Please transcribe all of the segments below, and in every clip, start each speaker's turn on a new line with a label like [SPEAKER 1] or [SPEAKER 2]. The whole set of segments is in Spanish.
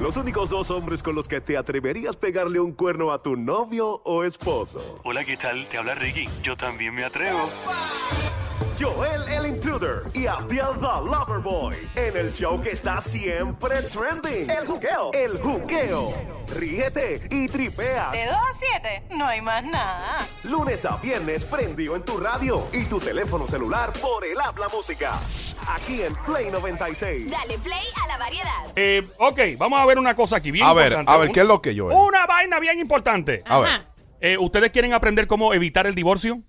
[SPEAKER 1] Los únicos dos hombres con los que te atreverías pegarle un cuerno a tu novio o esposo.
[SPEAKER 2] Hola, ¿qué tal? Te habla Ricky. Yo también me atrevo.
[SPEAKER 1] Joel el Intruder y Abdiel the Loverboy. En el show que está siempre trending. El juqueo. El juqueo. Ríete y tripea.
[SPEAKER 3] De 2 a 7, no hay más nada.
[SPEAKER 1] Lunes a viernes prendido en tu radio y tu teléfono celular por el habla música. Aquí en Play 96.
[SPEAKER 4] Dale play a la variedad.
[SPEAKER 5] Eh, ok, vamos a ver una cosa aquí bien
[SPEAKER 6] A ver,
[SPEAKER 5] importante.
[SPEAKER 6] a ver,
[SPEAKER 5] Una-
[SPEAKER 6] ¿qué es lo que yo veo? Ah.
[SPEAKER 5] Una vaina bien importante.
[SPEAKER 6] A ver.
[SPEAKER 5] Eh, ¿Ustedes quieren aprender cómo evitar el divorcio?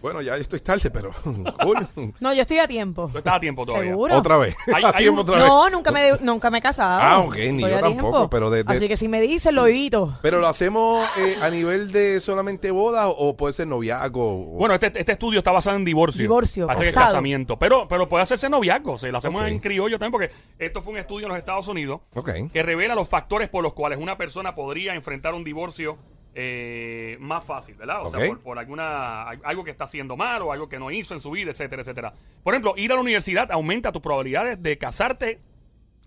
[SPEAKER 6] Bueno, ya estoy tarde, pero. cool.
[SPEAKER 7] No, yo estoy a tiempo.
[SPEAKER 5] No está a tiempo todavía.
[SPEAKER 7] ¿Seguro?
[SPEAKER 6] Otra vez.
[SPEAKER 5] Hay-
[SPEAKER 6] A
[SPEAKER 5] hay un-
[SPEAKER 6] tiempo otra vez.
[SPEAKER 7] No, nunca me, nunca me he casado.
[SPEAKER 6] Ah, ok, ni
[SPEAKER 7] Estoy
[SPEAKER 6] yo
[SPEAKER 7] a
[SPEAKER 6] tampoco, pero de- de-
[SPEAKER 7] Así que si me dicen, lo evito.
[SPEAKER 6] Pero lo hacemos eh, a nivel de solamente bodas o puede ser noviazgo. o-
[SPEAKER 5] Bueno, este, este estudio está basado en divorcio.
[SPEAKER 7] Divorcio,
[SPEAKER 5] Así que
[SPEAKER 7] casado.
[SPEAKER 5] casamiento. Pero, pero puede hacerse noviazgo. Se lo hacemos
[SPEAKER 6] Ok.
[SPEAKER 5] en criollo también, porque esto fue un estudio en los Estados Unidos
[SPEAKER 6] Ok.
[SPEAKER 5] que revela los factores por los cuales una persona podría enfrentar un divorcio eh, más fácil, ¿verdad? O
[SPEAKER 6] Ok.
[SPEAKER 5] sea, por, por alguna al- algo que está haciendo mal o algo que no hizo en su vida, etcétera, etcétera. Por ejemplo, ir a la universidad aumenta tus probabilidades de casarte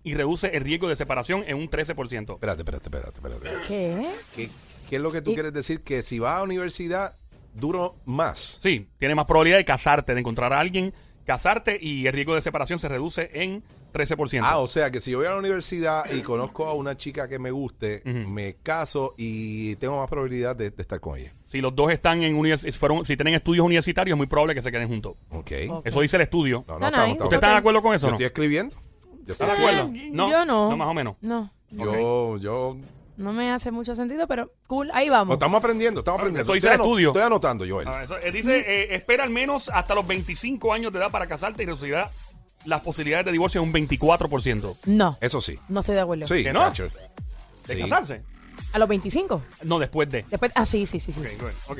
[SPEAKER 5] y reduce el riesgo de separación en un 13%.
[SPEAKER 6] Espérate, espérate, espérate, espérate.
[SPEAKER 7] ¿Qué?
[SPEAKER 6] ¿Qué, qué es lo que tú
[SPEAKER 7] Y-
[SPEAKER 6] quieres decir? Que si vas a universidad, duro más.
[SPEAKER 5] Sí, tiene más probabilidad de casarte, de encontrar a alguien, casarte y el riesgo de separación se reduce en 13%.
[SPEAKER 6] Ah, o sea que si yo voy a la universidad y conozco a una chica que me guste, me caso y tengo más probabilidad de, de estar con ella.
[SPEAKER 5] Si los dos están en univers- si fueron, si tienen estudios universitarios, es muy probable que se queden juntos.
[SPEAKER 6] Ok.
[SPEAKER 5] Eso dice el estudio.
[SPEAKER 6] No, no,
[SPEAKER 7] No, no,
[SPEAKER 6] estamos,
[SPEAKER 7] ahí-
[SPEAKER 6] estamos.
[SPEAKER 5] ¿Ustedes están de acuerdo con
[SPEAKER 6] Yo
[SPEAKER 5] eso o no? Ah,
[SPEAKER 6] estoy escribiendo. Yo,
[SPEAKER 5] ¿Están de
[SPEAKER 6] estoy-
[SPEAKER 5] acuerdo?
[SPEAKER 7] Eh, yo no.
[SPEAKER 5] más o menos.
[SPEAKER 7] No,
[SPEAKER 6] yo, yo-
[SPEAKER 7] no me hace mucho sentido, pero cool, ahí
[SPEAKER 6] no,
[SPEAKER 7] vamos.
[SPEAKER 6] estamos aprendiendo, estamos aprendiendo.
[SPEAKER 5] eso dice
[SPEAKER 6] estoy,
[SPEAKER 5] el estudio.
[SPEAKER 6] estoy anotando, Joel.
[SPEAKER 5] Ah, eso- eh, dice, eh, espera al menos hasta los 25 años de edad para casarte y reducirá las posibilidades de divorcio en un 24%.
[SPEAKER 7] No,
[SPEAKER 6] Eso sí.
[SPEAKER 7] no estoy de acuerdo.
[SPEAKER 6] Sí,
[SPEAKER 5] ¿Que no?
[SPEAKER 6] chacho.
[SPEAKER 5] ¿De
[SPEAKER 6] Sí.
[SPEAKER 5] casarse?
[SPEAKER 7] A los 25.
[SPEAKER 5] No, después de.
[SPEAKER 7] Después, ah, sí, sí, sí. sí.
[SPEAKER 5] Ok, ok.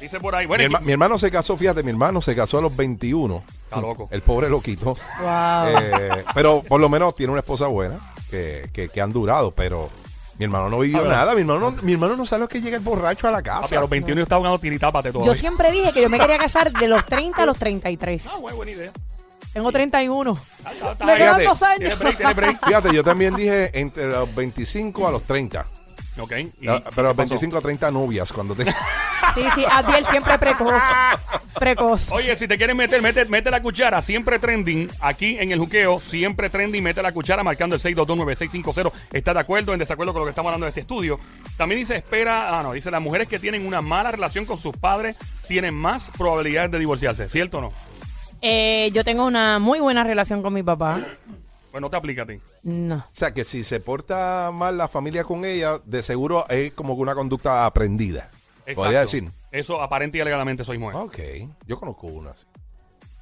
[SPEAKER 5] Dice por ahí,
[SPEAKER 6] Mi,
[SPEAKER 5] bueno,
[SPEAKER 6] herma- mi hermano se casó, fíjate, mi hermano se casó a los 21.
[SPEAKER 5] Está loco.
[SPEAKER 6] El pobre loquito.
[SPEAKER 7] Wow.
[SPEAKER 6] Eh, pero por lo menos tiene una esposa buena que, que- que han durado, pero mi hermano no vivió nada. Mi hermano, no- mi hermano no sabe lo que llega el borracho a la
[SPEAKER 5] papi,
[SPEAKER 6] casa.
[SPEAKER 5] a los 21 yo estaba jugando tiritápate todavía.
[SPEAKER 7] Yo siempre dije que yo me quería casar de los 30 a los 33.
[SPEAKER 5] Ah, bueno, buena idea.
[SPEAKER 7] Tengo 31.
[SPEAKER 5] Ah, está- está
[SPEAKER 7] Me
[SPEAKER 5] ahí.
[SPEAKER 7] quedan
[SPEAKER 6] Fíjate,
[SPEAKER 7] dos
[SPEAKER 5] Tiene
[SPEAKER 7] años.
[SPEAKER 5] break, tiene break.
[SPEAKER 6] Fíjate, yo también dije entre los 25 a los 30.
[SPEAKER 5] Ok. ¿y
[SPEAKER 6] Ah,
[SPEAKER 5] qué
[SPEAKER 6] Pero a los
[SPEAKER 5] pasó?
[SPEAKER 6] 25 a 30 novias cuando te...
[SPEAKER 7] Sí, sí, Adiel siempre precoz. Precoz.
[SPEAKER 5] Oye, si te quieres meter, mete, mete la cuchara. Siempre trending. Aquí en el juqueo, siempre trending. Mete la cuchara marcando el 6229650. ¿Estás de acuerdo o en desacuerdo con lo que estamos hablando de este estudio? También dice, espera. Ah, no. Dice, las mujeres que tienen una mala relación con sus padres tienen más probabilidades de divorciarse. ¿Cierto o no?
[SPEAKER 7] Eh, yo tengo una muy buena relación con mi papá.
[SPEAKER 5] Pues no te aplica a ti.
[SPEAKER 7] No.
[SPEAKER 6] O sea, que si se porta mal la familia con ella, de seguro es como una conducta aprendida. Podría decir. Ah.
[SPEAKER 5] Eso aparente y alegadamente soy mujer.
[SPEAKER 6] Ok, yo conozco una así.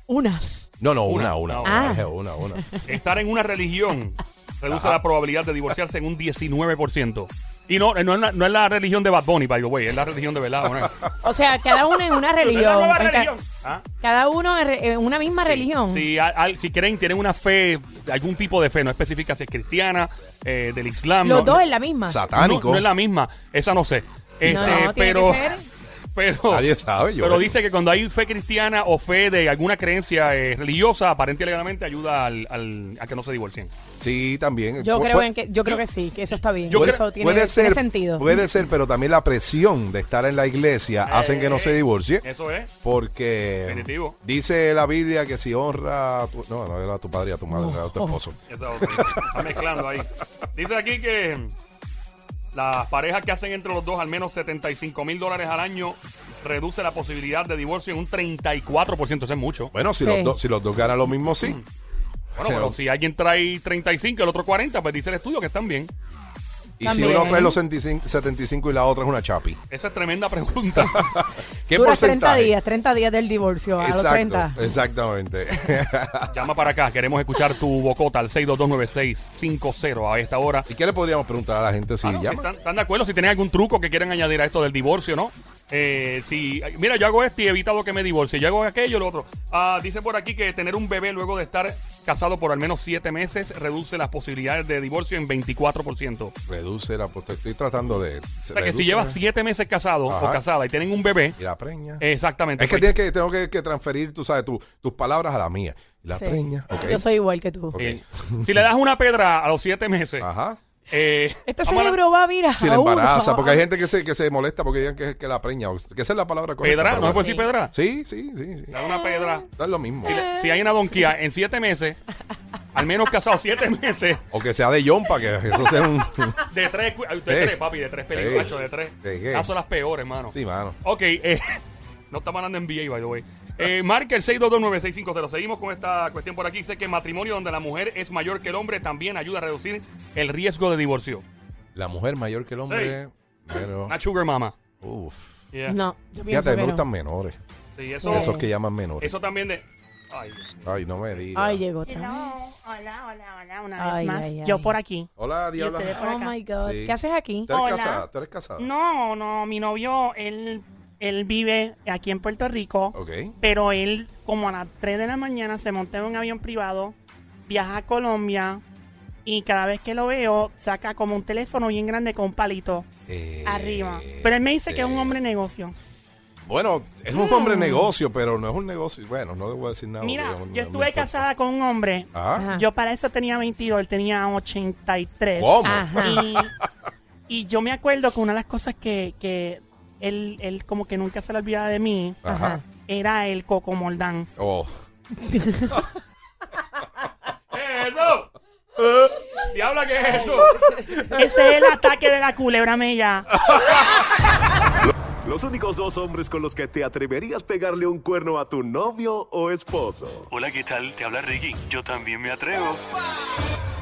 [SPEAKER 7] Unas.
[SPEAKER 6] No, no, una, una.
[SPEAKER 5] Una,
[SPEAKER 6] Una,
[SPEAKER 7] una.
[SPEAKER 6] dije una, una.
[SPEAKER 5] Estar en una religión reduce la probabilidad de divorciarse en un 19%. Y no, no, es la- no es la religión de Bad Bunny, by the way, es la religión de verdad. ¿no?
[SPEAKER 7] O sea, cada uno en una religión.
[SPEAKER 5] Es la nueva
[SPEAKER 7] En ca-
[SPEAKER 5] religión. Ah.
[SPEAKER 7] Cada uno en re- en una misma religión.
[SPEAKER 5] Si, al- al- si creen, tienen una fe, algún tipo de fe, no específica si es cristiana, eh, del Islam.
[SPEAKER 7] Los
[SPEAKER 5] no,
[SPEAKER 7] dos
[SPEAKER 5] no-
[SPEAKER 7] en la misma.
[SPEAKER 6] Satánico.
[SPEAKER 5] No, no es la misma, esa no sé. Este,
[SPEAKER 7] tiene que
[SPEAKER 5] pero,
[SPEAKER 7] ser.
[SPEAKER 5] pero,
[SPEAKER 6] Nadie sabe, yo.
[SPEAKER 5] pero dice que cuando hay fe cristiana o fe de alguna creencia eh, religiosa, aparente y legalmente ayuda al, al- a que no se divorcien.
[SPEAKER 6] Sí, también.
[SPEAKER 7] Yo
[SPEAKER 6] Pu-
[SPEAKER 7] creo,
[SPEAKER 6] pu-
[SPEAKER 7] en que, yo creo que sí, que eso está bien.
[SPEAKER 5] Yo
[SPEAKER 7] que
[SPEAKER 5] creo-
[SPEAKER 7] eso tiene,
[SPEAKER 6] puede
[SPEAKER 7] tiene
[SPEAKER 6] ser,
[SPEAKER 7] sentido.
[SPEAKER 6] Puede ser, pero también la presión de estar en la iglesia hacen que no se divorcie.
[SPEAKER 5] Eh, Eso es.
[SPEAKER 6] Porque
[SPEAKER 5] Definitivo.
[SPEAKER 6] dice la Biblia que si honra a tu, no, no era a tu padre y a tu madre, era a
[SPEAKER 7] Oh,
[SPEAKER 6] tu esposo.
[SPEAKER 5] Esa otra. Está mezclando ahí. Dice aquí que las parejas que hacen entre los dos al menos 75 mil dólares al año reduce la posibilidad de divorcio en un 34%. Eso es mucho.
[SPEAKER 6] Bueno, si,
[SPEAKER 7] Sí.
[SPEAKER 6] los dos, si los dos ganan lo mismo, sí.
[SPEAKER 5] Bueno, pero si alguien trae 35 y el otro 40, pues dice el estudio que están bien.
[SPEAKER 6] Y si
[SPEAKER 7] También. ¿eh?
[SPEAKER 6] uno trae los 75 75 y la otra es una chapi.
[SPEAKER 5] Esa es tremenda pregunta.
[SPEAKER 6] ¿Qué
[SPEAKER 7] Dura 30
[SPEAKER 6] porcentaje?
[SPEAKER 7] días, 30 días del divorcio. A los 30.
[SPEAKER 6] Exacto, Eh, exactamente.
[SPEAKER 5] Llama para acá, queremos escuchar tu bocota al 6229650 a esta hora.
[SPEAKER 6] ¿Y qué le podríamos preguntar a la gente si
[SPEAKER 5] Ah, no, si
[SPEAKER 6] llama?
[SPEAKER 5] están, están de acuerdo? Si tienen algún truco que quieran añadir a esto del divorcio, ¿no? Eh, si, ay, mira, yo hago esto y he evitado que me divorcie. Yo hago aquello, lo otro. Ah, dice por aquí que tener un bebé luego de estar casado por al menos siete meses reduce las posibilidades de divorcio en 24%.
[SPEAKER 6] Reduce la pues, Estoy tratando de.
[SPEAKER 5] O sea, que si llevas siete meses casado
[SPEAKER 6] ¿eh? Ajá.
[SPEAKER 5] o casada y tienen un bebé,
[SPEAKER 6] Y la preña.
[SPEAKER 5] exactamente.
[SPEAKER 6] Es que,
[SPEAKER 5] pues,
[SPEAKER 6] tienes que tengo que, que transferir, tú sabes, tu- tus palabras a la mía. La
[SPEAKER 7] Sí.
[SPEAKER 6] preña, ok.
[SPEAKER 7] Yo soy igual que tú. Este
[SPEAKER 6] Ok. Ah.
[SPEAKER 5] eh, si le das una pedra a los siete meses
[SPEAKER 6] Ajá.
[SPEAKER 5] Eh,
[SPEAKER 7] Este
[SPEAKER 5] vamos a la-
[SPEAKER 7] cerebro va, mira.
[SPEAKER 6] Si
[SPEAKER 7] a
[SPEAKER 6] la
[SPEAKER 7] uno.
[SPEAKER 6] embaraza, porque hay gente que se, que se molesta porque digan que, que la preña, o que esa es la palabra correcta.
[SPEAKER 5] ¿Pedra?
[SPEAKER 6] pero
[SPEAKER 5] ¿No Pues, se puede
[SPEAKER 6] bueno.
[SPEAKER 5] decir pedra?
[SPEAKER 6] Sí, sí, sí. sí.
[SPEAKER 5] Le da una pedra.
[SPEAKER 6] No es lo mismo.
[SPEAKER 5] Si hay una donquía en siete meses, al menos casado siete meses,
[SPEAKER 6] O que sea de yompa, que eso sea un...
[SPEAKER 5] de tres, cu- de
[SPEAKER 6] Eh.
[SPEAKER 5] tres papi, de tres
[SPEAKER 6] Eh.
[SPEAKER 5] películas, macho, de tres.
[SPEAKER 6] Eh, ¿qué?
[SPEAKER 5] Esas son las peores, mano.
[SPEAKER 6] sí, mano.
[SPEAKER 5] Ok, eh, no estamos hablando en VA, by the way. Eh, marca el 6229650. Seguimos con esta cuestión por aquí. Dice que matrimonio donde la mujer es mayor que el hombre también ayuda a reducir el riesgo de divorcio.
[SPEAKER 6] La mujer mayor que el hombre... Pero...
[SPEAKER 5] Una sugar mama.
[SPEAKER 6] Uf.
[SPEAKER 5] Yeah.
[SPEAKER 7] No, yo
[SPEAKER 6] Fíjate,
[SPEAKER 7] pienso que
[SPEAKER 6] me
[SPEAKER 7] no.
[SPEAKER 6] gustan menores.
[SPEAKER 5] Sí, eso,
[SPEAKER 4] Oh.
[SPEAKER 7] Sí.
[SPEAKER 6] Esos que llaman menores.
[SPEAKER 5] eso también de... Ay, Dios.
[SPEAKER 6] Ay, no me digas.
[SPEAKER 7] Ay, llegó otra
[SPEAKER 4] Hello.
[SPEAKER 7] vez.
[SPEAKER 4] Hola, hola, hola, una vez
[SPEAKER 7] Ay,
[SPEAKER 4] más.
[SPEAKER 7] ay,
[SPEAKER 4] Yo
[SPEAKER 7] ay.
[SPEAKER 4] por aquí.
[SPEAKER 6] Hola,
[SPEAKER 4] Y
[SPEAKER 6] Diabla.
[SPEAKER 4] ustedes por
[SPEAKER 7] Oh
[SPEAKER 4] acá.
[SPEAKER 7] my God.
[SPEAKER 6] Sí.
[SPEAKER 7] ¿Qué haces aquí?
[SPEAKER 6] ¿Tú eres
[SPEAKER 4] Hola.
[SPEAKER 6] casada? ¿Tú eres casada?
[SPEAKER 4] No, no, mi novio, él, él vive aquí en Puerto Rico.
[SPEAKER 6] Ok.
[SPEAKER 4] Pero él, como a las 3 de la mañana, se monta en un avión privado, viaja a Colombia y cada vez que lo veo, saca como un teléfono bien grande con un palito
[SPEAKER 6] Eh,
[SPEAKER 4] arriba. Pero él me dice que es un hombre negocio.
[SPEAKER 6] Bueno, es un hombre negocio, pero no es un negocio. Bueno, no le voy a decir nada.
[SPEAKER 4] Mira,
[SPEAKER 6] porque no-
[SPEAKER 4] yo
[SPEAKER 6] no
[SPEAKER 4] estuve
[SPEAKER 6] importa. Ah.
[SPEAKER 4] casada con un hombre.
[SPEAKER 6] Ajá.
[SPEAKER 7] Ajá.
[SPEAKER 4] Yo para eso tenía 22, él tenía 83.
[SPEAKER 6] ¿Cómo?
[SPEAKER 7] Ajá.
[SPEAKER 4] Y, y yo me acuerdo que una de las cosas que, que él, él como que nunca se le olvidaba de mí
[SPEAKER 6] Ajá.
[SPEAKER 4] era el coco moldán.
[SPEAKER 6] Oh.
[SPEAKER 5] ¿Qué es ¡Eh, eso? Diabla, ¿qué es eso?
[SPEAKER 4] Ese es el ataque de la culebra mella.
[SPEAKER 1] Los únicos dos hombres con los que te atreverías pegarle un cuerno a tu novio o esposo.
[SPEAKER 2] Hola, ¿qué tal? Te habla Ricky. Yo también me atrevo.